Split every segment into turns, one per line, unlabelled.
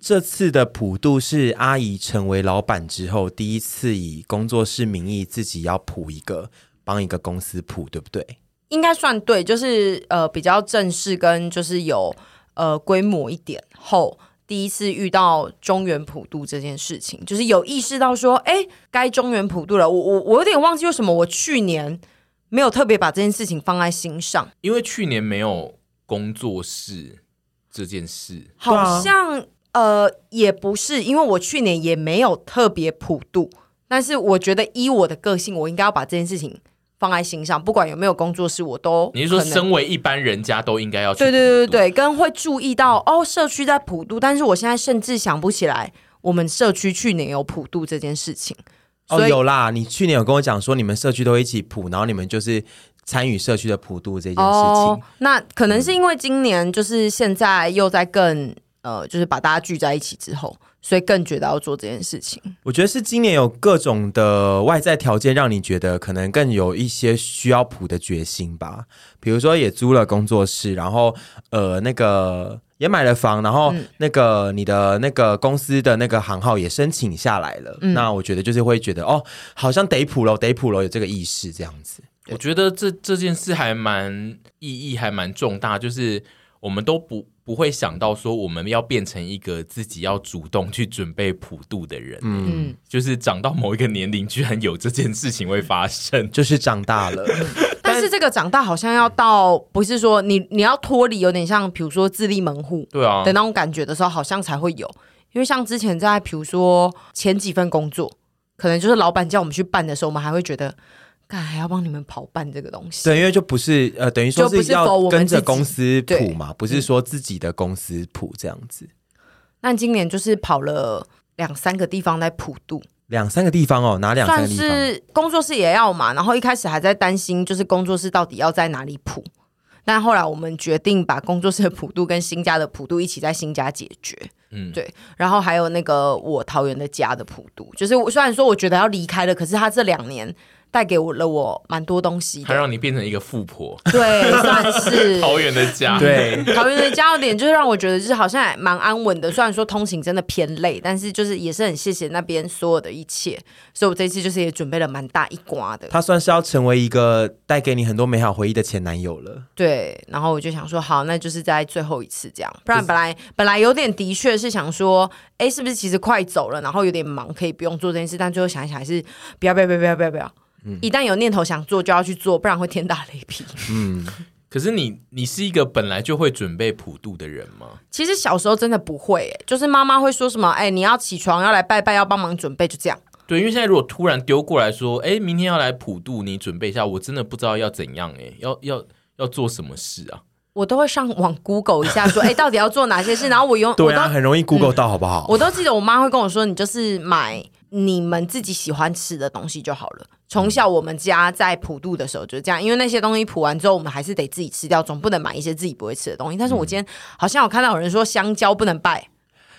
这次的普渡是阿姨成为老板之后，第一次以工作室名义自己要普一个，帮一个公司普，对不对？
应该算对，就是呃比较正式跟就是有呃规模一点后，第一次遇到中原普渡这件事情，就是有意识到说，哎、该中原普渡了。我我我有点忘记为什么我去年没有特别把这件事情放在心上，
因为去年没有工作室这件事，
对啊
好像、呃也不是，因为我去年也没有特别普渡，但是我觉得依我的个性，我应该要把这件事情放在心上，不管有没有工作室，我都
你是说
可能
身为一般人家都应该要去？
对对对对，对，跟会注意到哦，社区在普渡，但是我现在甚至想不起来我们社区去年有普渡这件事情。
哦，
所以
有啦，你去年有跟我讲说，你们社区都一起普，然后你们就是参与社区的普渡这件事情。
哦，那可能是因为今年就是现在又在更呃，就是把大家聚在一起之后，所以更觉得要做这件事情。
我觉得是今年有各种的外在条件，让你觉得可能更有一些需要普的决心吧。比如说，也租了工作室，然后呃，那个也买了房，然后那个你的那个公司的那个行号也申请下来了。那我觉得就是会觉得哦，好像得普了，得普了，有这个意识这样子。
我觉得这这件事还蛮意义还蛮重大，就是我们都不不会想到说我们要变成一个自己要主动去准备普渡的人，
嗯，
嗯，
就是长到某一个年龄，居然有这件事情会发 生。
就是长大 了。
但是这个长大好像要到不是说你你要脱离，有点像比如说自立门户，
对啊，
的那种感觉的时候，好像才会有。因为像之前在比如说前几份工作，可能就是老板叫我们去办的时候，我们还会觉得，干还要帮你们跑办这个东西。
对，因为就不是呃，等于
就
说
不是否
要
我们
跟
自
着
己
公司
对
普嘛，不是说自己的公司普这样子。
那今年就是跑了两三个地方在普渡，
两三个地方哦，哪两三
算
个地方？
是工作室也要嘛。然后一开始还在担心，就是工作室到底要在哪里普。但后来我们决定把工作室的普渡跟新家的普渡一起在新家解决。
嗯，
对，然后还有那个我桃园的家的普渡，就是我虽然说我觉得要离开了，可是他这两年带给我了我蛮多东西
它
的，
让你变成一个富婆，
对，算是
桃园的家，
对，
桃园的家有点就是让我觉得就是好像还蛮安稳的，虽然说通勤真的偏累，但是就是也是很谢谢那边所有的一切，所以我这次就是也准备了蛮大一瓜的，
他算是要成为一个带给你很多美好回忆的前男友了。
对，然后我就想说，好，那就是在最后一次这样，不然本来本来有点的确是想说，哎，是不是其实快走了，然后有点忙，可以不用做这件事，但最后想一想还是不要不要不要不要不要不要，
嗯
一旦有念头想做就要去做，不然会天打雷劈。
可是你，你是一个本来就会准备普渡的人吗？
其实小时候真的不会、诶就是妈妈会说什么，哎，你要起床，要来拜拜，要帮忙准备，就这样。
对，因为现在如果突然丢过来说，哎，明天要来普渡，你准备一下，我真的不知道要怎样，哎，要要要做什么事啊？
我都会上网 Google 一下，说，哎，到底要做哪些事，然后我用，
对啊，
我都
很容易 Google 到，好不好？
我都记得我妈会跟我说，你就是买你们自己喜欢吃的东西就好了。从小我们家在普渡的时候就是这样，因为那些东西普完之后，我们还是得自己吃掉，总不能买一些自己不会吃的东西。但是我今天好像有看到有人说香蕉不能拜，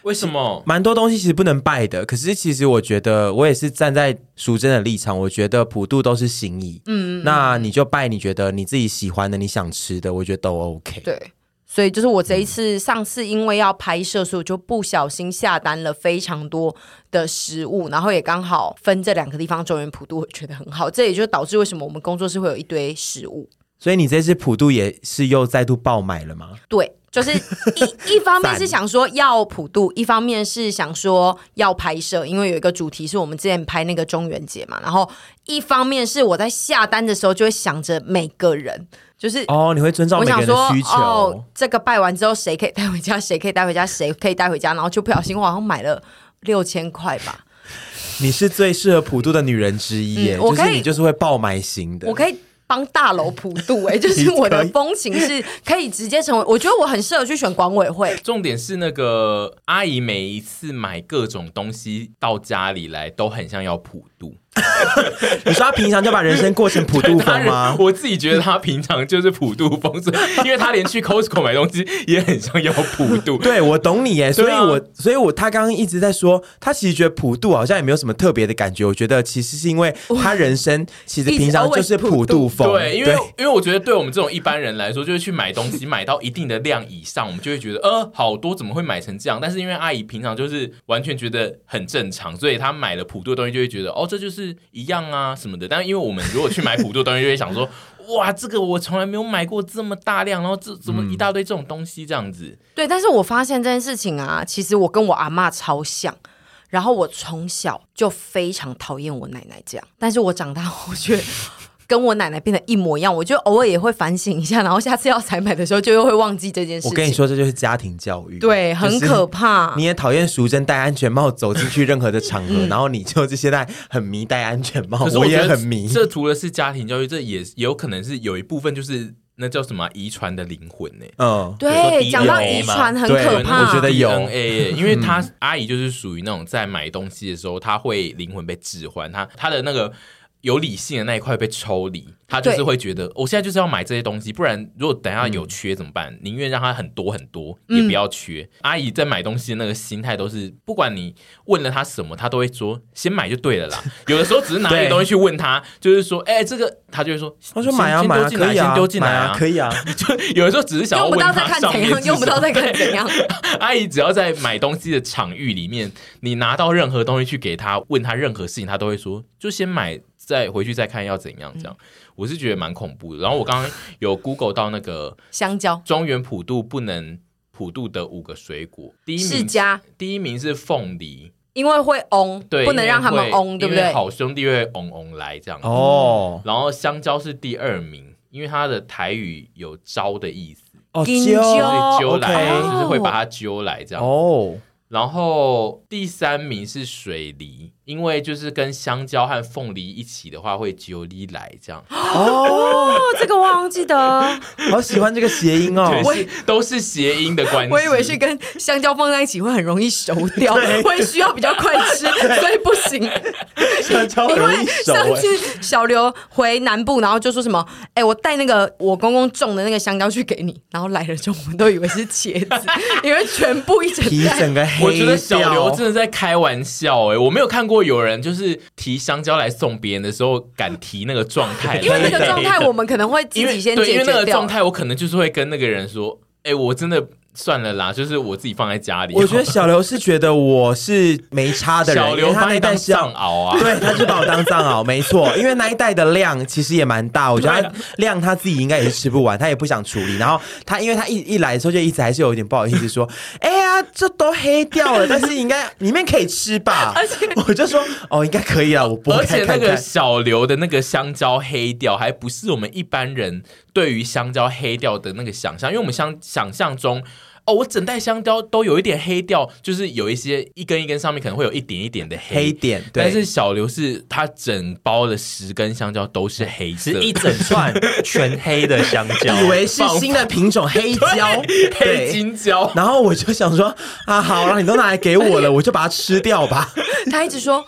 为什么？
蛮多东西其实不能拜的，可是其实我觉得我也是站在淑珍的立场，我觉得普渡都是心意，嗯，那你就拜你觉得你自己喜欢的、你想吃的，我觉得都 OK。，
对。所以就是我这一次，上次因为要拍摄，所以我就不小心下单了非常多的食物，然后也刚好分这两个地方中原普渡，我觉得很好。这也就导致为什么我们工作室会有一堆食物。
所以你这次普渡也是又再度爆买了吗？
对，就 是一一方面是想说要普渡，一方面是想说要拍摄，因为有一个主题是我们之前拍那个中元节嘛。然后一方面是我在下单的时候就会想着每个人，就是
哦，你会遵照
我
每个
想
人
说
的需求，
哦，这个拜完之后谁可以带回家，谁可以带回家，谁可以带回家，然后就不小心我好像买了六千块吧。
你是最适合普渡的女人之一耶，
嗯我
就
可
是
以
你就是会爆买型的，
我可以帮大楼普渡、哎，就是我的风情是可以直接成为，我觉得我很适合去选管委会。
重点是那个阿姨每一次买各种东西到家里来，都很像要普渡，
你说他平常就把人生过成普渡
当
风吗
然，？我自己觉得他平常就是普渡风，所以因为他连去 Costco 买东西也很像要普渡。
对，我懂你耶，所
对
以
啊
我，所以我，他刚刚一直在说，他其实觉得普渡好像也没有什么特别的感觉。我觉得其实是因为他人生其实平常就是普渡风，
对，因为因为我觉得对我们这种一般人来说，就是去买东西买到一定的量以上，我们就会觉得呃好多怎么会买成这样？但是因为阿姨平常就是完全觉得很正常，所以她买了普渡的东西就会觉得哦这就是一样啊什么的。但是因为我们如果去买普渡的东西，就会想说。 哇，这个我从来没有买过这么大量，然后这怎么一大堆这种东西这样子？
对，但是我发现这件事情啊，其实我跟我阿嬷超像。然后我从小就非常讨厌我奶奶这样，但是我长大后却跟我奶奶变得一模一样。我就偶尔也会反省一下，然后下次要采买的时候就又会忘记这件事
我
情。
跟你，说，这就是家庭教育，
对，很可。怕。
你也讨厌淑珍戴安全帽走进去任何的场合，然后你就这些在很迷戴安全帽，
嗯可是
哦我
觉
也
得
很迷。
这除了是家庭教育，这也也有可能是有一部分就是那叫什么啊遗传的灵魂欸呢、
嗯，
比
对，
如说
讲到
DNA
遗传很
对
可
对那
怕。
我觉得有嗯
DNA，耶因为她阿姨就是属于那种在买东西的时候，她会灵魂被置换，她她的那个。有理性的那一块被抽离，她就是
对
会觉得，我现在就是要买这些东西，不然如果等一下
嗯
有缺怎么办？宁愿让它很多很多，也
嗯
不要缺。阿姨在买东西的那个心态都是，不管你问了她什么，她都会说先买就对了 啦。有的时候只是拿一
对
个东西去问她，就是说，哎、这个，她就会说，
他说买啊
先
买
丢
啊，
进来
可以啊
先丢，进
买
来嗯
啊可以啊，
就有的时候只是想要
用不
问
到再
他
看
上
怎
面
样，
是
用不到
什么
再看怎样。
阿姨只要在买东西的场域里面，你拿到任何东西去给她，问她任何事情，她都会说就先买，再回去再看要怎样这
嗯
样。我是觉得蛮恐怖的。然后我刚刚 有 Google 到那个
香蕉
中原普渡不能普渡的五个水果，第 一
世
名
家，
第一名是凤梨，
因为会嗡，
对，
不能
因为
让他们
会
嗡，对不
因为
对？
好兄弟会嗡嗡来这样。
哦
然后香蕉是第二名，因为它的台语有招的意思。
哦，
金
揪
揪
所以揪来、
OK，
就是会把它揪来这样。
哦，
然后第三名是水梨，因为就是跟香蕉和凤梨一起的话会揪梨来这样，
哦，
哦，这个我好像记得，
好喜欢这个谐音哦。
对，是都是谐音的关系。
我以为是跟香蕉放在一起会很容易熟掉，会需要比较快吃，所以不行。
香蕉很
因
容
为
易熟
上
哎
次小刘回南部，然后就说什么：“哎、我带那个我公公种的那个香蕉去给你。”然后来了之后，我们都以为是茄子， 因为全部一整
皮
袋。
整个黑掉。
我觉得小刘真的在开玩笑哎、我没有看过有人就是提香蕉来送别人的时候敢提那个状态，
因为那个状态，我们可能会自
因为
己先
对，因
解
为那
决
个
掉
状。态，我可能就是会跟那个人说，哎、我真的算了啦，就是我自己放在家里。
我觉得小刘是觉得我是没差的人，
小
因
刘
为他
把
那一
你
代
当
是要
藏獒啊，
对，他就把我当藏獒，没错，因为那一袋的量其实也蛮大，我觉得
对啊
他量他自己应该也是吃不完，他也不想处理。然后他，因为他一一来的时候就一直还是有点不好意思说，哎呀，这都黑掉了，但是应该里面可以吃 吧？而且我就说，哦，应该可以啊，我剥
而
开
且
看
那个
看。
小刘的那个香蕉黑掉，还不是我们一般人对于香蕉黑掉的那个想象，因为我们想想象中。哦，我整袋香蕉都有一点黑掉，就是有一些一根一根上面可能会有一点一点的黑。
黑点，对，
但是小刘是他整包的十根香蕉都是黑色
是
的，
一整串全黑的香蕉，
以为是新的品种黑椒，
黑
对。
金蕉。
然后我就想说啊，好了，你都拿来给我了，我就把它吃掉吧。
他一直说。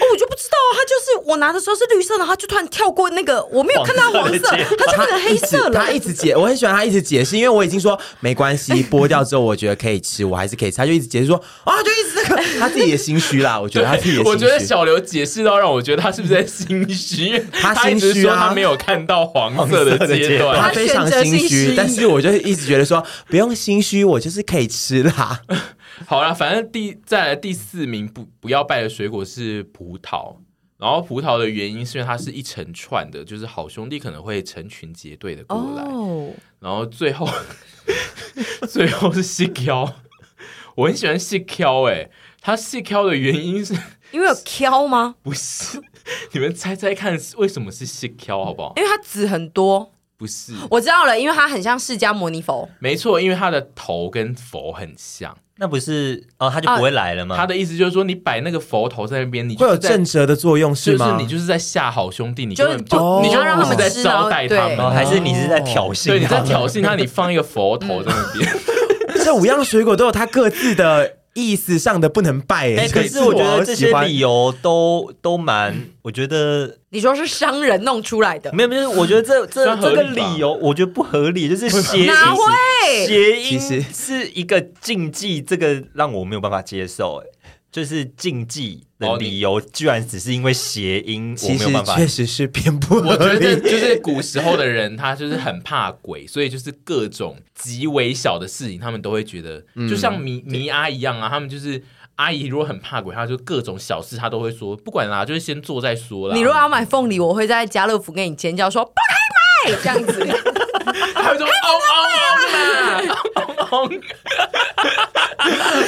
哦，我就不知道啊，他就是我拿的时候是绿色的，他就突然跳过那个，我没有看到黄色，他就变成黑色了
他。一直解，我很喜欢他一直解释，因为我已经说没关系，剥掉之后我觉得可以吃，我还是可以吃。他就一直解释说啊，就一直这个，他自己也心虚啦，我觉得他自己也
我觉得
心虚。
小刘解释到让我觉得他是不是在心虚？因为
他
他一
心
直
虚
说
啊
他没有看到黄色
黄色
的
的
阶
阶
段
段，
他非常心
他选择性失
虚
忆，
但是我就一直觉得说不用心虚，我就是可以吃啦。
好啦，反正第再来第四名不不要拜的水果是葡萄，然后葡萄的原因是因为它是一成串的，就是好兄弟可能会成群结队的过来，
哦，
然后最后 最后是细挑，我很喜欢细挑哎，它细挑的原因是
因为有挑吗？
不是？ 你们猜猜看为什么是细挑好不好？
因为它籽很多，
不是，
我知道了，因为它很像释迦摩尼佛。
没错，因为它的头跟佛很像，
那不是哦，他就不会来了吗？
他的意思就是说你摆那个佛头在那边，你就
嗯会有
是在
正折的作用是
就是
吗？
你就是在吓好兄弟，你
就
根本
就
不
你
就
要让
不
他们
是在
知道
招待他
对
哦，
们，
还是你是在挑衅？
对，你在挑衅他，你放一个佛头在那边，
这五样水果都有它各自的意思上的不能败
哎、
哎、
可是我觉得这些
好喜欢
理由都都蛮，我觉得
你说是商人弄出来的，
没有，就是我觉得这这
算合
这
理
个
吧
理由，我觉得不合理，就是谐音
哪会
谐
其
音
实
是一个禁忌，这个让我没有办法接受、哎，就是禁忌的
哦你
理由居然只是因为谐音，我
其
没
实
有办法
确实是偏不
我
合
觉得
理。
就是古时候的人，他就是很怕鬼，所以就是各种极微小的事情，他们都会觉得，就像迷迷阿一样啊，他们就是阿姨如果很怕鬼，她就各种小事她都会说，不管啦，就是先做再说啦。
你如果要买凤梨，我会在家乐福跟你尖叫说不可以买这样子。
她会说嗡嗡嗡啦，嗡嗡。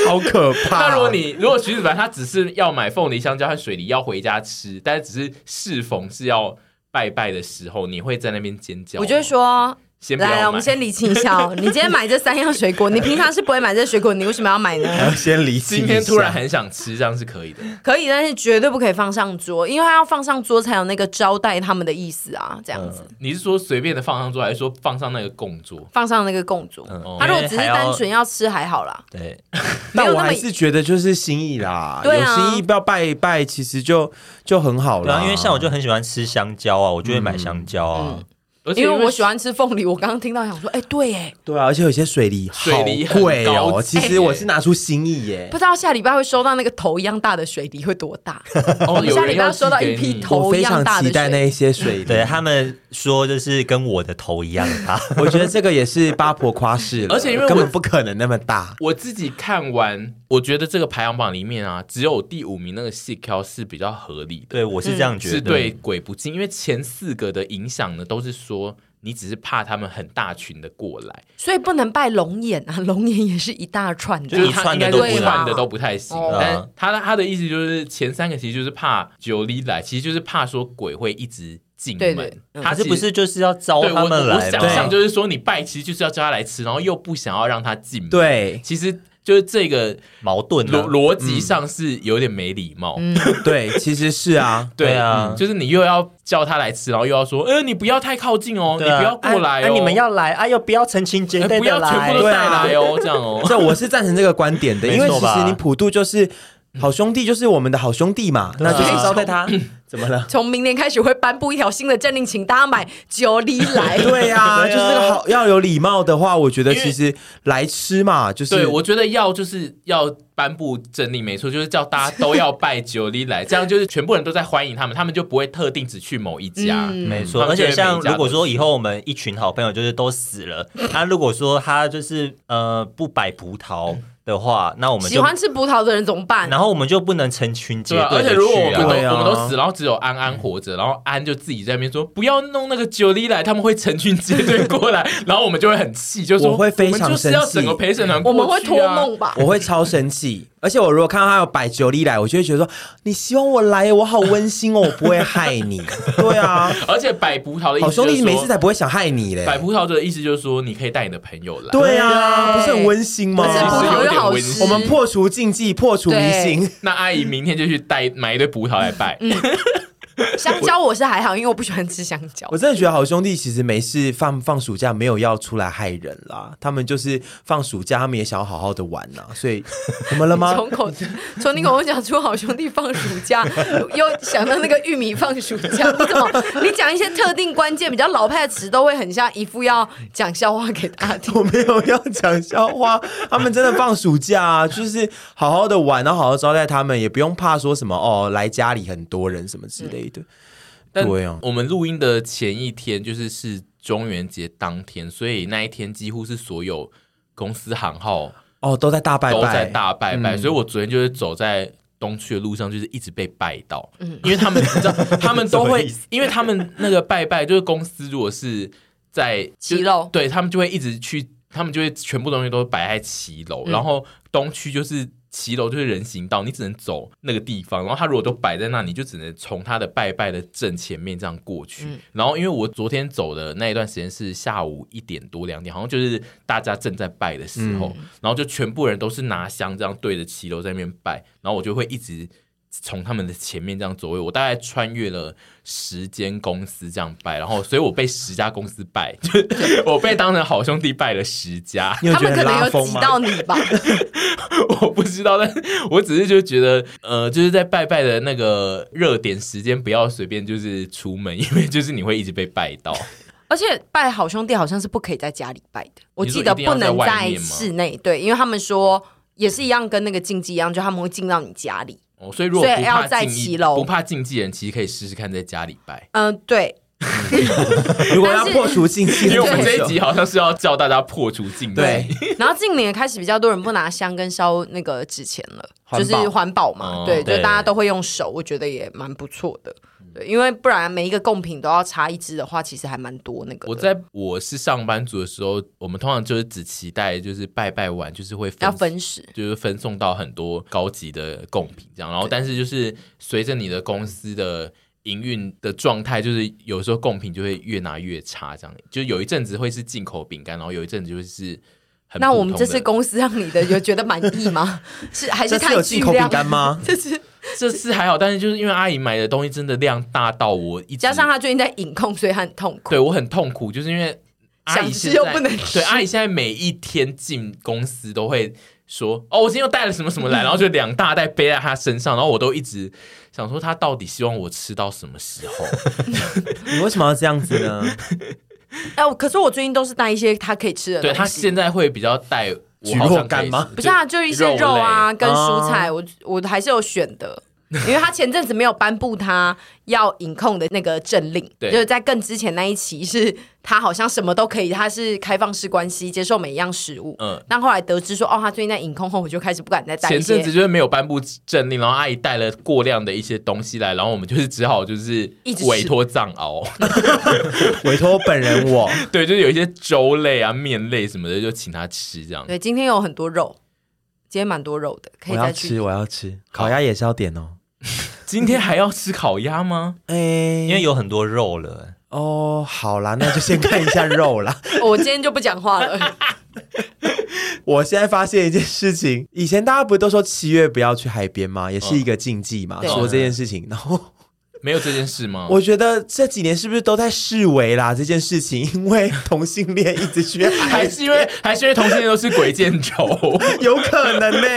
好可怕！哦
那
哦
如果你如果徐子凡他只是要买凤梨、香蕉和水梨要回家吃，但是只是适逢是要拜拜的时候，你会在那边尖叫吗？
我就会说，
先不要
来来，
买
我们先理清一下哦。你今天买这三样水果，你平常是不会买这水果，你为什么要买呢？
还要先理清一
今
下
天突然很想吃，这样是可以的。
可以，但是绝对不可以放上桌，因为它要放上桌才有那个招待他们的意思啊，这样子、
你是说随便的放上桌，还是说放上那个供桌？
放上那个供桌。
嗯
他如果
因为
只是
还要
单纯要吃还好啦，
对，
没
但
有
我
那么
还是觉得就是心意啦，
对啊
有心意不要拜一拜，其实就就很
嗯
好
对
了、
啊，因为像我就很喜欢吃香蕉啊，我就会买香蕉啊。
嗯
而且
因为我喜欢吃凤梨。我刚刚听到想说，哎、对，哎，
对啊，而且有些水梨好
水梨很
贵哦，
高
其
级
实我是拿出心意耶、
不知道下礼拜会收到那个头一样大的水梨会多 大？
哦，有
下
人
礼拜
要
要收到一
寄给
批
你
我
头一
非
样
常
大的
期待那
水梨。
一些水梨。
对啊他们说，就是跟我的头一样大，
我觉得这个也是八婆夸饰了，
而且因为我
根本不可能那么大。
我自己看完，我觉得这个排行榜里面啊，只有第五名那个细挑是比较合理的，
对我是这样觉
嗯是
得。
对鬼不敬，因为前四个的影响呢，都是说你只是怕他们很大群的过来，
所以不能拜龙眼啊，龙眼也是一大串的
就。
就是
一
他
串
应
的
该
都
是
不
一
能
串的都不太行
哦。
但他的他的意思就是前三个其实就是怕九里来，其实就是怕说鬼会一直进
对
门
对，嗯
他
他是
其
不
实
是就是要招
对我
他们
我
来嘛？
想象
对
就是说，你拜其实就是要叫他来吃，然后又不想要让他进门。，
对
其实就是这个
矛盾啊
逻逻辑上是有点没礼貌。
对，其实是啊，
对
对啊
就是你又要叫他来吃，然后又要说，呃，你不要太靠近哦，你
对啊
不要过来
啊
哦，
啊你们要来啊，又不要成群结
哎
队
不
的
要
来
全部都
对
带
啊
来哦，这样哦。
这我是赞成这个观点的，因为
没
其
错吧
实你普渡就是好兄弟，就是我们的好兄弟嘛，那就是招待他。怎么了？
从明年开始会颁布一条新的政令，请大家买九里 来。
对呀、
对啊
就是这个好要有礼貌的话，我觉得其实来吃嘛，就是
对，我觉得要就是要颁布政令，没错，就是叫大家都要 拜九里来，这样就是全部人都在欢迎他们，他们就不会特定只去某一家。
嗯
没
嗯他
错，
们
而
就
且
会
像
每家
如果
都
说以后我们一群好朋友就是都死了， 他如果说他就是呃不摆葡萄
嗯
的话，那我们
喜
就
欢吃葡萄的人怎么办？
然后我们就不能成群结
对啊，
队
而
的
且如果我
去
们都、
啊。
对啊
我们都死，然后只有安安活着，然后安就自己在那边说不要弄那个九里来，他们会成群结队过来，然后我们就会很气，就说
我会非常
我们就是要整个陪审团
我
过去
们会托
啊、
梦吧？
我会超生气， 而且我如果看到他有摆酒力来，我就会觉得说你希望我来，我好温馨哦，我不会害你。对啊，
而且摆葡萄的意
好
思就
兄
是
弟
说，
没事才不会想害你嘞。
摆葡萄的意思就是说，你可以带你的朋友来。
对啊，
对
不是很温馨吗
可？是葡
其实有
萄又
点
好
温
吃。
馨
我们破除禁忌，破除迷信。
那阿姨明天就去带买一堆葡萄来拜，
香蕉我是还好，因为我不喜欢吃香蕉
我。真的觉得好兄弟其实没事放放暑假没有要出来害人啦，他们就是放暑假，他们也想要好好的玩呐、所以怎么了吗？
从口 从你口中讲出好兄弟放暑假，又想到那个玉米放暑假，你怎么你讲一些特定关键比较老派的词，都会很像一副要讲笑话给大家 听。
我没有要讲笑话，他们真的放暑假啊，就是好好的玩，然后好好招待他们，也不用怕说什么哦，来家里很多人什么之类的。
但
对啊
我们录音的前一天就是是中元节当天，所以那一天几乎是所有公司行号
哦，都在大拜
都
拜，
在大拜拜，所以我昨天就是走在。东区的路上就是一直被拜到，因为他们你知道，他们都
什么
会
意思，
因为他们那个拜拜就是公司如果是在就
七楼
对他们就会一直去，他们就会全部东西都摆在七楼，然后东区就是七楼就是人行道，你只能走那个地方，然后他如果都摆在那，你就只能从他的拜拜的正前面这样过去。然后因为我昨天走的那一段时间是下午一点多两点，好像就是大家正在拜的
嗯
时候，然后就全部人都是拿香这样对着七楼在那边拜，然后我就会一直。从他们的前面这样走位，我大概穿越了十间公司这样拜，然后所以我被十家公司拜， 就是我被当成好兄弟拜了十家，
你有
他
觉
们
得
可
很
能
拉
有
风
挤
吗？
到你吧？
我不知道，但 是我只是就觉得，呃，就是在拜拜的那个热点时间，不要随便就是出门，因为就是你会一直被拜到。
而且拜好兄弟好像是不可以在家里拜的，我记得不
你说一定
能
要在外
在
面吗
室内。对，因为他们说也是一样，跟那个禁忌一样，就他们会进到你家里。
哦，所以如果
所以
不怕
要在
禁忌
骑楼
不怕禁忌人，其实可以试试看在家里拜。
嗯、对，
如果要
但是
破除禁忌，
因为我们
怎么
这一
说
集好像是要教大家破除禁忌，
对，
然后近年开始比较多人不拿香跟烧那个纸钱了，
环
就
保
是环保嘛，
哦
对，就
对
大家都会用手，我觉得也蛮不错的。
嗯
对，因为不然每一个贡品都要插一支的话，其实还蛮多那个的。
我在我是上班族的时候，我们通常就是只期待就是拜拜完就是会
要分食，
就是分送到很多高级的贡品这样，然后
对
但是就是随着你的公司的营运的状态，就是有时候贡品就会越拿越差，这样就有一阵子会是进口饼干，然后有一阵子就是很
那
普
我们
通
这
的
次公司让你的有觉得满意吗？ 是还是
这次
太
有
巨
进口饼
量？
干吗？
这是
这次还好，但是就是因为阿姨买的东西真的量大到我一直
加上他最近在隐控，所以他很痛苦。
对我很痛苦，就是因为阿
想
姨
吃
现在
又不能吃
对阿姨现在每一天进公司都会说哦，我今天又带了什么什 么来，然后就两大袋背在她身上，然后我都一直想说她到底希望我吃到什么 时候。
你为什么要这样子呢？
哎、我可是我最近都是带一些他可以吃的东
对
西。
他现在会比较带我
举
好
若
像可
干
以
吗
吃
不是啊，就是一些肉啊跟蔬菜，我我还是有选的。因为他前阵子没有颁布他要隐控的那个政令，
对
就是在更之前那一期是他好像什么都可以，他是开放式关系，接受每一样食物。
嗯
嗯，但后来得知说哦，他最近在隐控后，我就开始不敢再带
前
一
阵子
些，
就是没有颁布政令，然后阿姨带了过量的一些东西来，然后我们就是只好就是
一直吃
委托 藏獒，
委托本人我，
对，就是有一些粥类啊、面类什么的，就请他吃这样。
对，今天有很多肉，今天蛮多肉的，可
我
以
要
再去
吃，我要吃烤鸭也是要点哦。
今天还要吃烤鸭吗？
哎，
因为有很多肉了。
哦，好啦，那就先看一下肉啦。
哦我今天就不讲话了。
我现在发现一件事情，以前大家不都说七月不要去海边吗？也是一个禁忌嘛，
嗯
说这件事情。然后
没有这件事 吗？
我觉得这几年是不是都在视为啦这件事情，因为同性恋一直去海
还是因为还是因为同性恋都是鬼见愁，
有可能呢、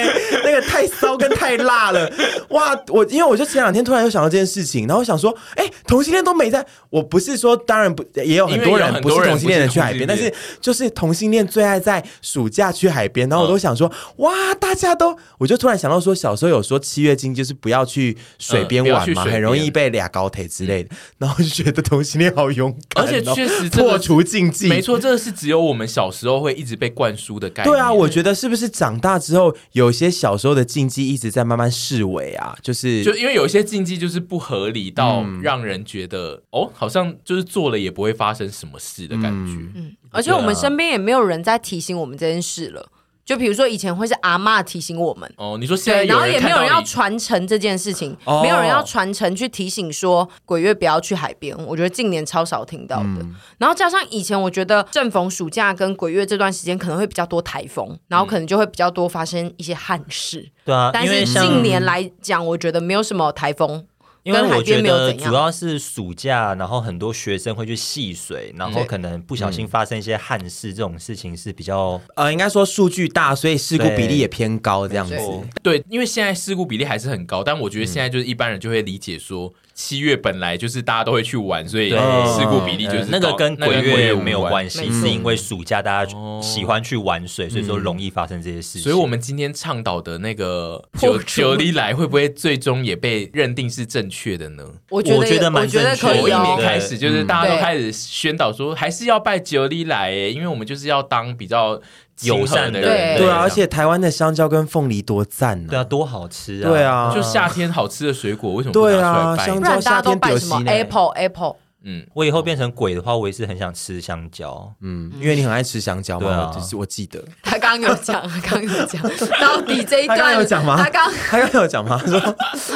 那个太骚跟太辣了，哇！我因为我就前两天突然又想到这件事情，然后我想说，哎、同性恋都没在，我不是说当然不，也有很多人不是同性恋的去海边，
因为
但
有很多人
是就是同性恋最爱在暑假去海边，然后我都想说，哇，大家都，我就突然想到说，小时候有说七月经就是不要去水边
嗯不要
玩
去
嘛，
水边
很容易被俩高铁之类的，然后就觉得同性恋好勇敢
而
哦、
且确实这
破
个
除禁忌，
没错，这个是只有我们小时候会一直被灌输的概念。
对啊，我觉得是不是长大之后，有些小时候的禁忌一直在慢慢视为啊，就是
就因为有一些禁忌就是不合理到让人觉得、哦，好像就是做了也不会发生什么事的感觉。
嗯，而且我们身边也没有人在提醒我们这件事了。就比如说以前会是阿嬷提醒我们，
哦，你说现在
对，然后也没有人
看到
要
你
传承这件事情，
哦
没有人要传承去提醒说鬼月不要去海边。我觉得近年超少听到的。然后加上以前，我觉得正逢暑假跟鬼月这段时间可能会比较多台风，然后可能就会比较多发生一些憾事。
对啊，
但
因为
是
像
近年来讲，我觉得没有什么台风。
因为
跟海
我觉
边没有
得
怎样
主要是暑假，然后很多学生会去戏水，然后可能不小
嗯
心发生一些憾事，这种事情是比较
呃，应该说数据大，所以事故
对
比例也偏高这样子
没。
错
对，因为现在事故比例还是很高，但我觉得现在就是一般人就会理解说，七月本来就是大家都会去玩，所以
对
事故比例就是
呃那个
高
跟鬼月没有
无哦
关系，
没错
是因为暑假大家喜欢去玩水，所以说容易发生这些事
嗯
情。
所以，我们今天倡导的那个
破
九
除
九里来，会不会最终也被认定是正确的呢？
我觉
我
得
觉得
也，我
蛮
觉
正
得
确
可
的
从
以
一
哦。
年开始，就是大
嗯
家都
对
开始宣导说，还是要拜九里来、欸，因为我们就是要当比较
友善
的
的
人。
对
对啊，而且台湾的香蕉跟凤梨多赞
对
呢、
啊，多好吃啊！
对，啊，
就夏天好吃的水果，为什么不
对
拿
啊
出来
香
不
拜呢？
然大家都拜什
夏天
么
比较新欸
Apple Apple，
嗯，
我以后变成鬼的话，我也是很想吃香蕉。
嗯，因为你很爱吃香蕉嘛，
对啊
我就是我记得。
他刚刚有讲， 他刚刚有讲，到底这一
他
段
刚刚有讲吗
他刚
他刚刚有讲吗？他说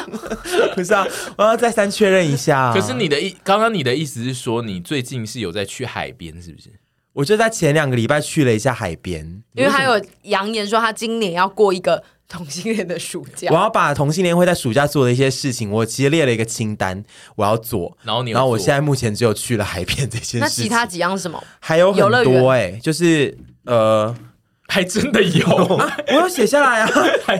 不是啊，我要再三确认一下、啊
可是，你的意，刚刚你的意思是说，你最近是有在去海边，是不是？
我就在前两个礼拜去了一下海边，
因为他有扬言说他今年要过一个同性恋的暑假
我。要把同性恋会在暑假做的一些事情，我其实列了一个清单，我要做。
然后你有
然后我
做
现在目前只有去了海边这件事情，
那其他几样是什么？
还有
游乐
很
园
多哎、就是 呃，
还真的有，
我有写下来啊，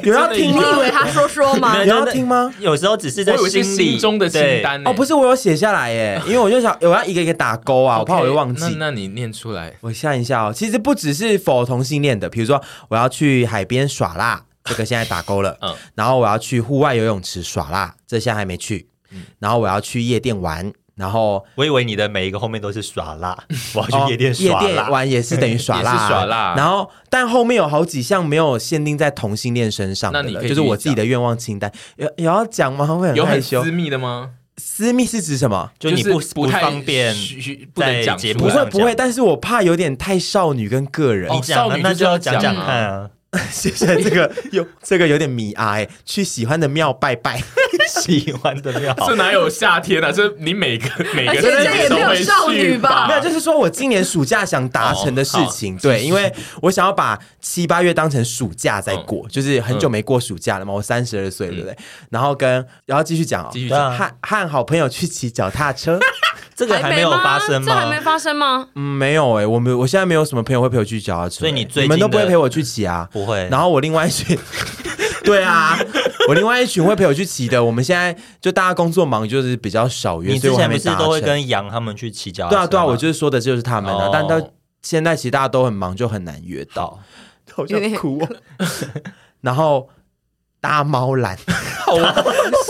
有要听
你
吗
还真的
以为他说说吗？
有要听吗？
有时候只是
我
在
有一些
心里
心中的清
对
单呢欸
哦，不是，我有写下来耶，因为我就想我要一个一个打勾 啊，我怕我会忘记。
那那你念出来，
我想一下哦，其实不只是否同性恋的，比如说我要去海边耍辣，这个现在打勾了，
嗯
然后我要去户外游泳池耍辣，这现在还没去，
嗯
然后我要去夜店玩，然后
我以为你的每一个后面都是耍辣，我要去夜店
哦
耍
夜店
辣。
玩也是等于耍辣、
也是耍辣
然后，但后面有好几项没有限定在同性恋身上的了，
那你可以
就是我自己
继续
的愿望清单，有有要讲吗？会
有
很害
很
羞
私。密的吗？
私密是指什么？
就你
是
不
不太
方便
嘘嘘不能
在
讲
节
出
目
不
来
会
想
不会，
讲
但是我怕有点太少女跟个人。
你
哦
讲
少
了，
女
那
就是
就
要
要
讲
讲讲
啊
看啊。
现在这个有这个有点米啊、欸，去喜欢的庙拜拜。
喜欢的 料，
这哪有夏天啊？这你 每个每个
而且这也没有
都会去
少女吧
吧？
没有，就是说我今年暑假想达成的事情，
哦好
对，
是
因为我想要把七八月当成暑假在过，就是很久没过暑假了嘛，我三十二岁，对不对？然后跟然后继续讲哦，
继续
对啊
讲，
和和好朋友去骑脚踏车，
这个还没有
吗
发生
这还
吗
没？发生吗？
嗯， 没有哎、我没有，我现在没有什么朋友会陪我去骑脚踏车欸，
所以你最近的
你们都不会陪我去骑啊？
不会，
然后我另外一群， 对啊，我另外一群会陪我去骑的。我们现在就大家工作忙，就是比较少约，
你
所以
之
我还
前不
没
是
达
都会
成。
跟杨他们去骑脚踏车
对
吗？
啊，对啊，我就是说的就是他们啊，
哦
但到现在其实大家都很忙，就很难约到。好
想
哭、哦。 然后搭猫缆，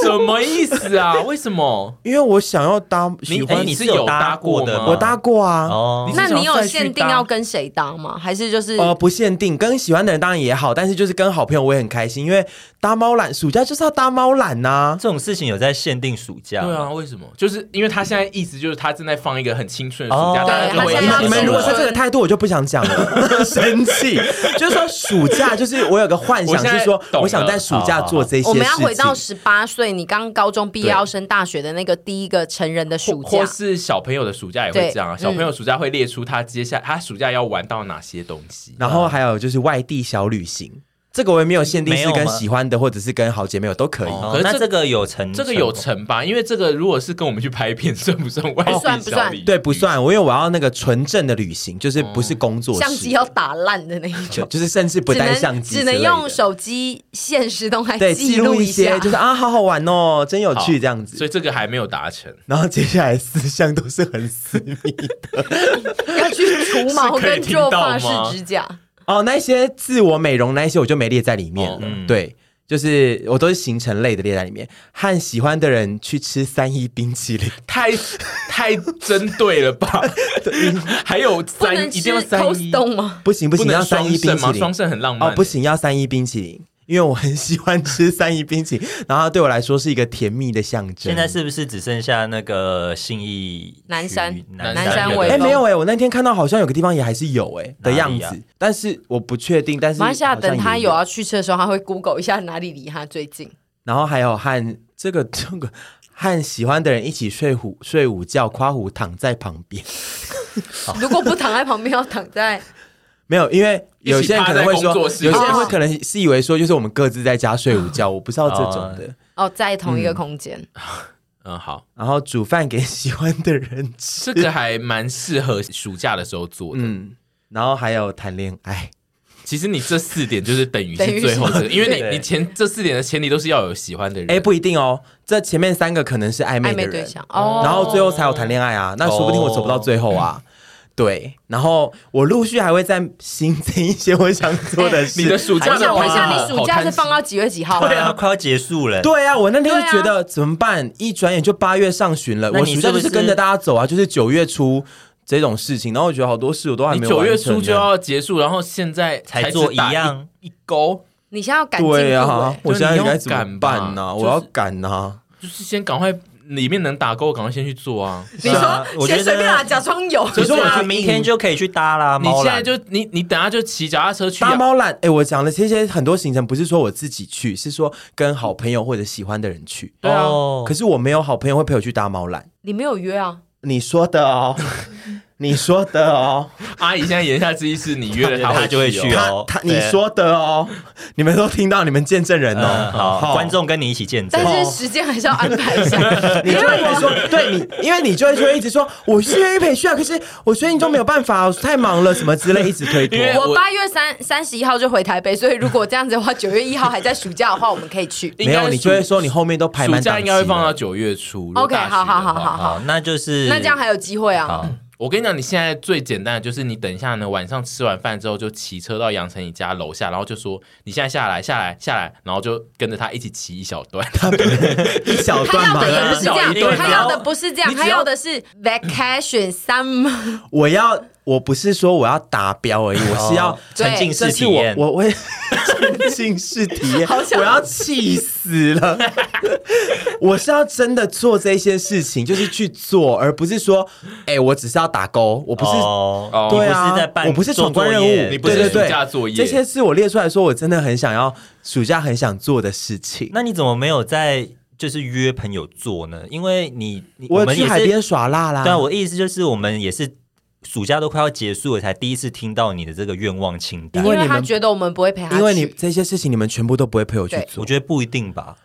什么意思啊？为什么？
因为我想要搭，喜
你
欢
哎，你是有搭过的吗？
我搭过啊。
哦，
那
你是想
你有
要再
限
去
定
搭
要跟谁当吗？还是就是
呃，不限定，跟喜欢的人当然也好，但是就是跟好朋友我也很开心，因为搭猫缆，暑假就是要搭猫啊缆呐、
这种事情有在限定暑假？
对啊，，为什么？就是因为他现在意思就是他正在放一个很青春的暑假，
哦
大家
对
都
他
会
现在要
你们如果是这个态度，我就不想讲 了，生气。就是说，暑假就是我有个幻想，
我现在
是说
懂了啊
我想在暑假做这些事情。
我们要回到十八岁，你刚高中毕业要升大学的那个第一个成人的暑
或
假
或，是小朋友的暑假也会
对
这样啊。
嗯
小朋友暑假会列出他接下他暑假要玩到哪些东西。
然后还有就是外地小旅行，这个我也没有限定
没
是
有吗
跟喜欢的或者是跟好姐妹有都可以。
哦
哦
可是
那
这
这个有成，
这个有
成
成吧？因为这个如果是跟我们去拍片，算不算外
不算
地
不
小
算
旅？
对，不算，我因为我要那个纯正的旅行，就是不
嗯
是工作
相
室
机要打烂的那一种，
就就是甚至不
只
带
能
相机之
只
类的，
能用手机现实动态
对
记
记
录
录一
下
些，。就是啊，好好玩哦，真有
好
趣这样
所
子。
以这个还没有达成。
然后接下来四项都是很私密
要去除毛
是可以
跟
听
做
到
发
吗
饰、指甲。
哦，那一些自我美容那一些我就没列在里面了。
哦
嗯
对，就是我都是行程类的列在里面，和喜欢的人去吃三一冰淇淋，
太太针对了吧？还有
不
三
能
一
吃
定要三
Cold
一，
Stone 吗？
不行不
不
行，要
能
三
双
一冰
肾
淇
吗？双
淋
肾很浪漫
哦
欸，
不行，要三一冰淇淋。因为我很喜欢吃三一冰淇淋， 然后对我来说是一个甜蜜的象征。
现在是不是只剩下那个信义
南山
区
南
山
南山
那
微
个
哎、
风
没有哎、我那天看到好像有个地方也还是有哎、的
哪
样
里
子，
啊
但是我不确定。但是
马来西亚
好像
等他
也
有要啊去吃的时候，他会 Google 一下哪里离他最近。
然后还有和这个这个和喜欢的人一起睡午睡午觉，夸虎躺在旁边。
如果不躺在旁边，要躺在
没有，因为有些人可能会
一起趴在
说，
工作室
有些人会可能是以为说，就是我们各自在家睡午 觉，我不知道这种的。
哦，在同一个空间。
嗯，好，
然后煮饭给喜欢的人吃，
这个还蛮适合暑假的时候做的。
嗯，然后还有谈恋 爱，
其实你这四点就是等于
等于
是
是
最后这个，因为
对
你你前这四点的前提都是要有喜欢的人。
哎，不一定哦，这前面三个可能是暧昧
暧
的
昧
人
对，象哦，
然后最后才有谈恋爱
哦
啊，那说不定我走不到最后 啊。对，然后我陆续还会再新增一些我想做的 事。
哎你的暑
我
假的
想
话，
问一下，你暑假
好
是
贪
放到几月几号？
对啊，，快要结束了。
对啊，我那天
对
就
啊
觉得怎么办？一转眼就八月上旬了，
那
我
你
暑假就
是不
是
是
跟着大家走啊，就是九月初这种事情。然后我觉得好多事我都还
你
没有
九月
完成啊
初
呢
就要结束，然后现在
才
只
做一
打
样
一一勾，
你现在要赶进度
对啊
欸，
我现在
对你要
该怎么办呢、
赶吧
我要赶啊呢、
就是先赶快里面能打勾，赶快先去做啊！
你
是啊
说
我觉
先
得
随便啦，假装有。
可是我
对啊
觉得明天就可以去搭啦，
你
猫
现
啦
在。就你你等下就骑脚踏车去啊
搭猫缆，哎、我讲了这些很多行程，不是说我自己去，是说跟好朋友或者喜欢的人去。
对啊
哦
可是我没有好朋友会陪我去搭猫缆，
你没有约啊？
你说的哦。你说的哦，
阿姨现在言下之意是你约了她，
她就会
去
去
哦。
他他
有对
你说的哦，你们都听到，你们见证人哦
嗯，，好，
好
观。众跟你一起见证。
但是时间还是要安排一下，
你就会一
啊
直说，对你，因为你就会说一直说，我是愿意培训啊，可是我最近都没有办法，我太忙了，什么之类，一直推脱
因。为
我八月三三十一号就回台北，所以如果这样子的话，九月一号还在暑假的话，我们可以去。
应
没
该
有，你就会说你后面都排
暑
满档
假
期
应该会放啊
了
到九月初。如果
OK，
大学
好好
的
好好
话
好，那就是
那这样还有机会啊！
好，
我跟你讲，你现在最简单的就是你等一下呢，晚上吃完饭之后就骑车到杨丞琳家楼下，然后就说你现在下来下来下来，然后就跟着他一起骑一小段。
一小
他
段
要
嘛
啊
的。也不是这
小一
样，
段
他要的不是这样，
你只要
他要的是 vacation summer。
我要，我不是说我要达标而已，我是要
哦沉浸
这
式
是
体
我
验。
我 我沉浸式体 验，
好想
我要气死了！ 我是要真的做这些事情，就是去做，而不是说，哎、我只是要打勾，我不是。
哦，
哦
对
你
啊，
不是在办
我不是
做
闯关
作
任
业
务，
你不是
对对对
暑假作业
这些是我列出来说，我真的很想要暑假很想做的事情。
那你怎么没有在就是约朋友做呢？因为你你
我
们
去
也
海
是
边耍辣啦，
对啊，我的意思就是我们也是暑假都快要结束了，才第一次听到你的这个愿望清单
因。为你们
他觉得我们不会陪他去，
因为你这些事情你们全部都不会陪我去
对
做
我，觉得不一定吧，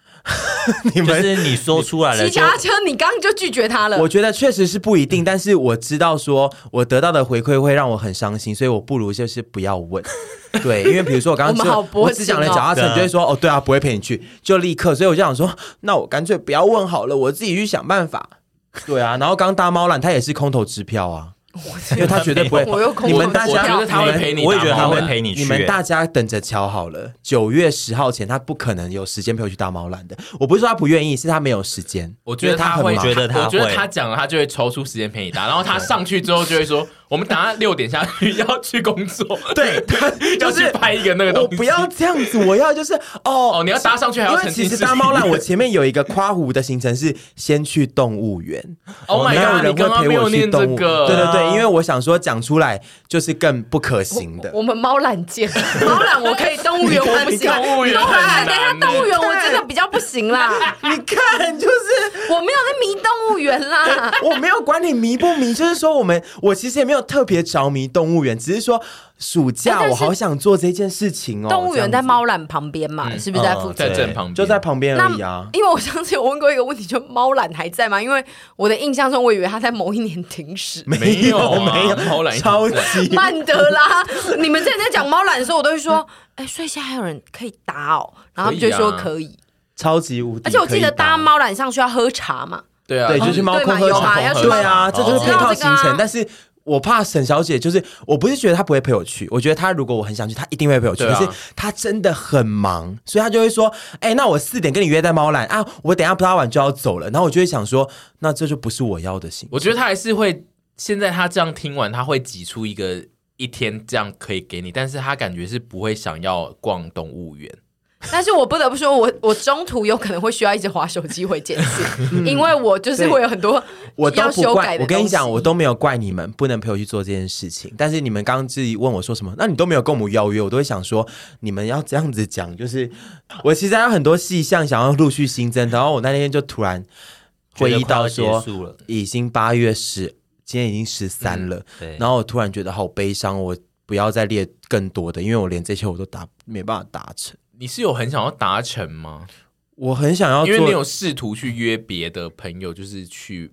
你
就
们
是你说出来了
骑
就
脚踏车，你刚刚就拒绝他了。
我觉得确实是不一定，但是我知道说我得到的回馈会让我很伤心，所以我不如就是不要问。对，因为比如说我刚刚
我们
说
好薄
我只讲了
情
脚
哦
踏车，你就会说哦，对啊，不会陪你去，就立刻。所以我就想说，那我干脆不要问好了，我自己去想办法。对啊，然后刚刚大猫懒他也是空头支票啊，因为他绝对不会。
我又空
你们
头
大
支
家，
票
我觉得他
你
会
们
陪你
我也觉得他会陪你去。
你们大家等着瞧好了，九月十号前他不可能有时间陪我去大猫懒的。我不是说他不愿意，是他没有时间。
我觉得
因啊为他很
会，
忙
觉得他
我觉得
会
他讲了，他就会抽出时间陪你打。然后他上去之后就会说：“我们等下六点下去要去工作，
对 他就
要
是
去拍一个那个东
我
西。”
不要这样子，我要就是哦
哦，你要搭上去还
因
要
为
沉
其
浸
实
式
大猫烂，我前面有一个夸湖的行程是先去动物园
Oh my
没有
god！
人
你刚
会
刚
陪
没有
我去
念
动
这
物园。
个，
对对对，因为我想说讲出来就是更不可行的
我。我们猫懒 见，猫懒我可以，动物园我不
你
行，
看动物园
动物
很
园
难
等一下
欸
动物园我真的比较不行 啦，
你看，就是
我没有在迷动物园啦。
我没有管你迷不迷，就是说我们我其实也没有特别着迷动物园，只是说暑
哎
假
但是
我好想做这件事情哦。
动物园
这
在
样子
猫缆旁边嘛，
嗯
是不是在
嗯
附近？
在正旁边
就在旁边
哦那
而已啊。
因为我上次有问过一个问题，就猫缆还在吗？因为我的印象中，我以为它在某一年停驶。
没有啊
没有，
猫缆一直
超
在
级
曼德拉，你们之前在讲猫缆的时候，我都会说，哎、所以现在还有人可以打哦，
啊
然后他们就会说
可
可以，
超级无敌可以打。
而且我记得搭猫缆上去要喝茶嘛，
对啊，
对，就去猫空喝
对嘛有
茶
嘛要，去
对啊，
猫
这
空
就是配套
我知道
行
这个
程
啊。
但是我怕沈小姐，就是我不是觉得她不会陪我去，我觉得她如果我很想去，她一定会陪我去。
对
可
啊
是她真的很忙，所以她就会说：“哎，那我四点跟你约在猫缆啊，我等一下不拉完就要走了。”然后我就会想说，那这就不是我要的行程。
我觉得他还是会，现在他这样听完，他会挤出一个一天这样可以给你，但是他感觉是不会想要逛动物园。
但是我不得不说，我我中途有可能会需要一直划手机回简讯，因为我就是会有很多
我都
要
不
修
怪
改，
嗯
的
我跟你讲，
东西
我都没有怪你们不能陪我去做这件事情。但是你们刚刚自己问我说什么，那你都没有跟我们邀约，我都会想说，你们要这样子讲，就是我其实还有很多细项想要陆续新增，然后我那天就突然
觉
回
得
忆
快
到
要结
说，
束了，
已经八月十，今天已经十三了，
对，
然后我突然觉得好悲伤，我不要再列更多的，因为我连这些我都达没办法达成。
你是有很想要达成吗？
我很想要
因为你
哦做
有试图去约别的朋友，就是去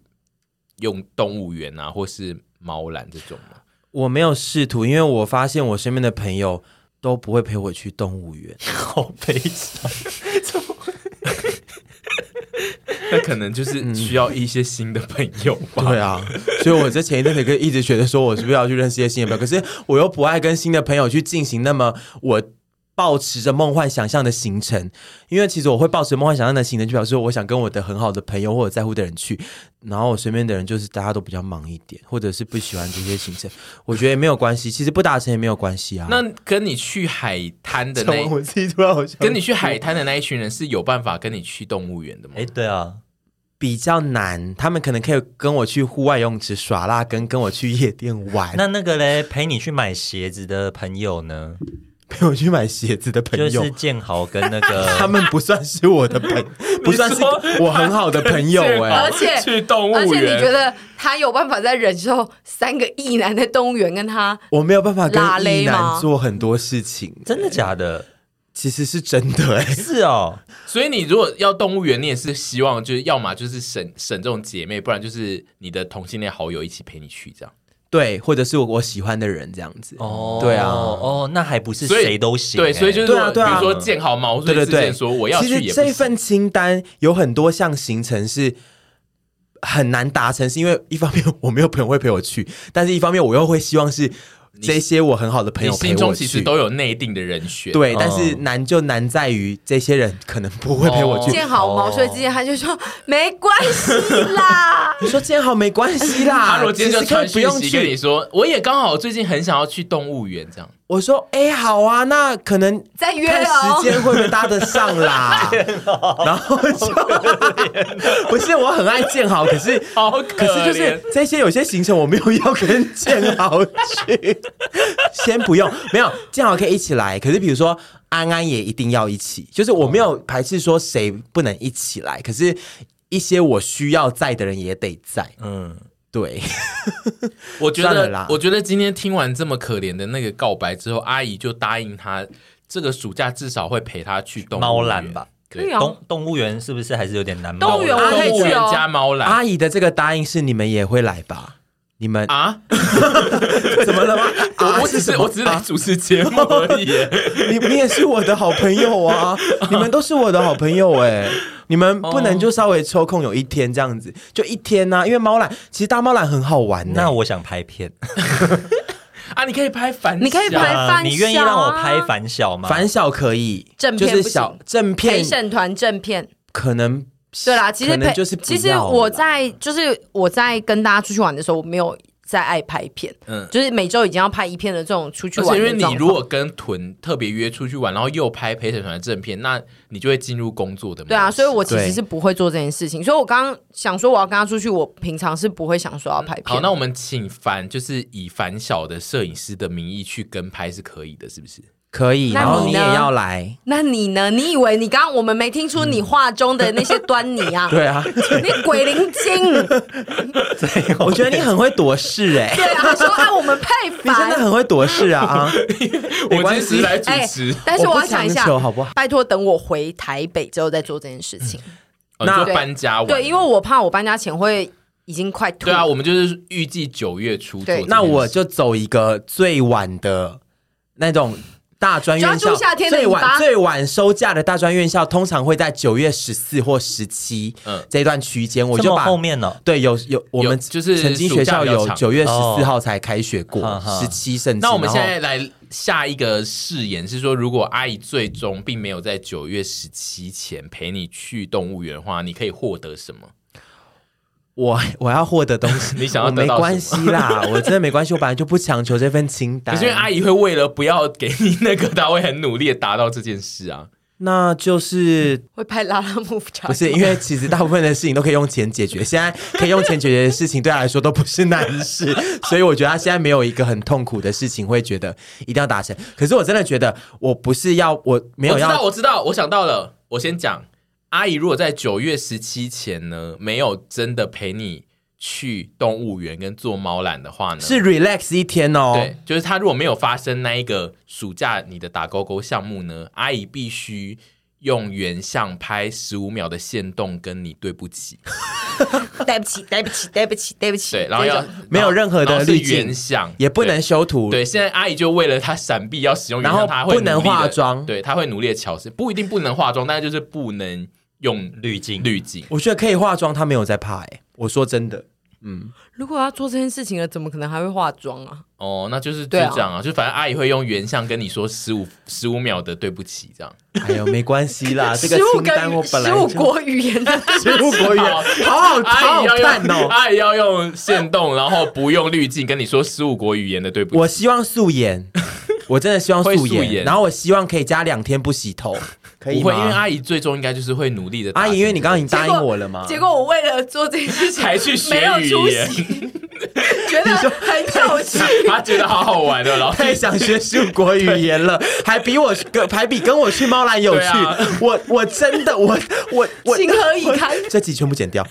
用动物园啊，或是猫缆这种吗？
我没有试图，因为我发现我身边的朋友都不会陪我去动物园。
好悲伤。
那可能就是需要一些新的朋友吧。
对啊，所以我在前一阵子跟一直觉得说，我是不是要去认识一些新的朋 友？可是我又不爱跟新的朋友去进行那么我抱持着梦幻想象的行程，因为其实我会抱持梦幻想象的行程，就表示我想跟我的很好的朋友或者在乎的人去，然后我身边的人就是大家都比较忙一点，或者是不喜欢这些行 程，我觉得也没有关系，其实不达成也没有关系啊。
那跟你去海滩的
讲完
那
我自己突然好像
跟你去海滩的那一群人是有办法跟你去动物园的吗？
哎，对啊，
比较难，他们可能可以跟我去户外游泳池耍辣，跟跟我去夜店玩，
那那个嘞，陪你去买鞋子的朋友呢，
陪我去买鞋子的朋
就
友
是建豪跟那
他
个
们不算是我的朋，不算是我很好的朋友哎、
而且
去动
而
物
且你觉
园，
得他有办法再忍受三个异男在动物园跟他？
我没有办法跟
拉勒
一
吗
男做很多事情，
真的假的？
其实是真的哎、
是哦，
所以你如果要动物园，你也是希望就是要么就是省省这种姐妹，不然就是你的同性恋好友一起陪你去这样。
对，或者是我我喜欢的人这样子。
哦，
对啊
哦，那还不是
所以
谁都行欸、
对，所以就是说
对啊对啊
比如说建好毛
对
遂
对
自
对，
荐说我要去
其
也
实
不
这一
行。
份清单有很多项行程是很难达成，是因为一方面我没有朋友会陪我去， 但是一方面我又会希望是这些我很好的朋
你
友陪
心
我
中其实
去。
都有内定的人选，
对，
哦
但是难就难在于这些人可能不会陪我去。
哦
见好毛遂之前，他就说没关系
。
啦
你说今天好没关系啦，
他如果今天就
其实可以
传
不
讯
用
息跟你
去。
说，我也刚好最近很想要去动物园，这样
我说哎、好啊，那可能
再约
看
哦
时间会不会搭得上 啦？然后就 不是我很爱建豪，可是
好
可哦是就是这些有些行程我没有要跟建豪去， 先不用，没有建豪可以一起来。可是比如说安安也一定要一起，就是我没有排斥说谁不能一起来，可是一些我需要在的人也得在。
嗯，
对，
我觉
算了
得
啦，
我觉得今天听完这么可怜的那个告白之后，阿姨就答应他，这个暑假至少会陪他去动物园
猫懒吧。
对
可以啊
动动物园是不是还是有点难？
动物园我可以
动物
去
园
哦
加猫懒
阿姨的这个答应是你们也会来吧？你们、
啊！
怎么了吗？啊
我我只
什
是
么
我只是来
啊
主持节目而已耶。
你你也是我的好朋友啊， 你们都是我的好朋友哎、你们不能就稍微抽空有一天这样
哦
子，就一天呐、因为猫懒其实大猫懒很好玩欸呢、
那我想拍片，
啊，你可以拍反响，
你可以拍
呃
反
你愿意
小啊
让我拍反
啊
小吗？
反小可以，
正
就
片
是
不行
小正
陪
片
审团正片，
可能
对啦，其实
可能
陪
就是不
其实
要了
我在就是我在跟大家出去玩的时候，我没有再爱拍片，
嗯
就是每周已经要拍一片的这种出去
而
玩
且
的
因为你
状况
如果跟屯特别约出去玩，然后又拍陪审团的正片，那你就会进入工作的模式。
对啊，所以我其
对
实是不会做这件事情，所以我刚刚想说我要跟他出去，我平常是不会想说要拍片。
好，那我们请凡就是以凡小的摄影师的名义去跟拍是可以的，是不是？
可以，
那
然后
你
你也
呢
要来，
那你呢？你以为你刚刚我们没听出你话中的那些端倪啊？
对啊，
你鬼灵精！
我觉得你很会躲事哎、
对啊，他说啊，我们配
你真的
凡。
很会躲事啊啊！没
我
关
其
系
实来主持，
但是
我
我
不
要讲一
强
下
求，好不好？
拜托，等我回台北之后再做这件事情。
哦你
那
说搬家完
对，因为我怕我搬家前会已经快吐。
对啊，我们就是预计九月初做这
对
件事。
那我就走一个最晚的那种大专院
抓
校
住夏，天的
最
尾巴
晚最晚收假的大专院校，通常会在九月十四或十七
嗯
这段区间，我
这
就
么
把
后面呢？
对有有我们
就是
曾经
暑
学
假
校
比较
有
长
九月十
哦
四号才开学
哈
过，
哈
十七甚至
那我们
然
现
后
在来下一个誓言是说，如果阿姨最终并没有在九月十七前陪你去动物园的话，你可以获得什么？
我我要获得东西，
你想要
我
得
没
到什么
关系啦，我真的没关系，我本来就不强求这份清单。
可是因为阿姨会为了不要给你那个，她会很努力的达到这件事啊。
那就是
会拍拉拉木茶。
不是因为其实大部分的事情都可以用钱解决，现在可以用钱解决的事情对他来说都不是难事，所以我觉得他现在没有一个很痛苦的事情会觉得一定要达成。可是我真的觉得我不是要我没有
我知道，
要
我知道，我想到了，我先讲。阿姨如果在九月十七前呢，没有真的陪你去动物园跟做猫缆的话呢，
是 relax 一天哦，
对，就是他如果没有发生那一个暑假你的打勾勾项目呢，阿姨必须用原相拍十五秒的线动跟你对不起，
对不起，对不起，对不起，对不起。
对，然后
这
要
种
没有任何
然后
的
是
滤镜
原相，
也不能修图，
对。对，现在阿姨就为了她闪避要使用原
然
相，
后
她会
不能
努力地
化妆
对，她会努力的调试，不一定不能化妆，但是就是不能用
滤镜
滤镜。
我觉得可以化妆，他没有在怕哎、我说真的，
如果要做这件事情了，怎么可能还会化妆啊？
哦，那就是就
对
这
啊
样啊，就反正阿姨会用原相跟你说十五十五秒的对不起，这样。
哎呦没关系啦，这个
十五
清单我
个
本来
十五
就
国语 言的
十五国语言，好好
阿
好
姨
好
哎要
看
用，
哦。
阿姨要用线动，然后不用滤镜，跟你说十五国语言的对不起。
我希望素颜，我真的希望素
会素
颜，
颜
然后我希望可以加两天不洗头，可以
不会，
吗？
因为阿姨最终应该就是会努
啊
力的。
阿姨，因为你刚刚已经答应我了嘛，
结果我为了做这件事情
才去学
没有
语
出
言
席，觉得很有趣。
他觉得好好玩的，然后
太想学十五国语言了，还比我跟还比跟我去猫兰有趣。
对啊
我我真的我我我
情何以堪
我这集全部剪掉。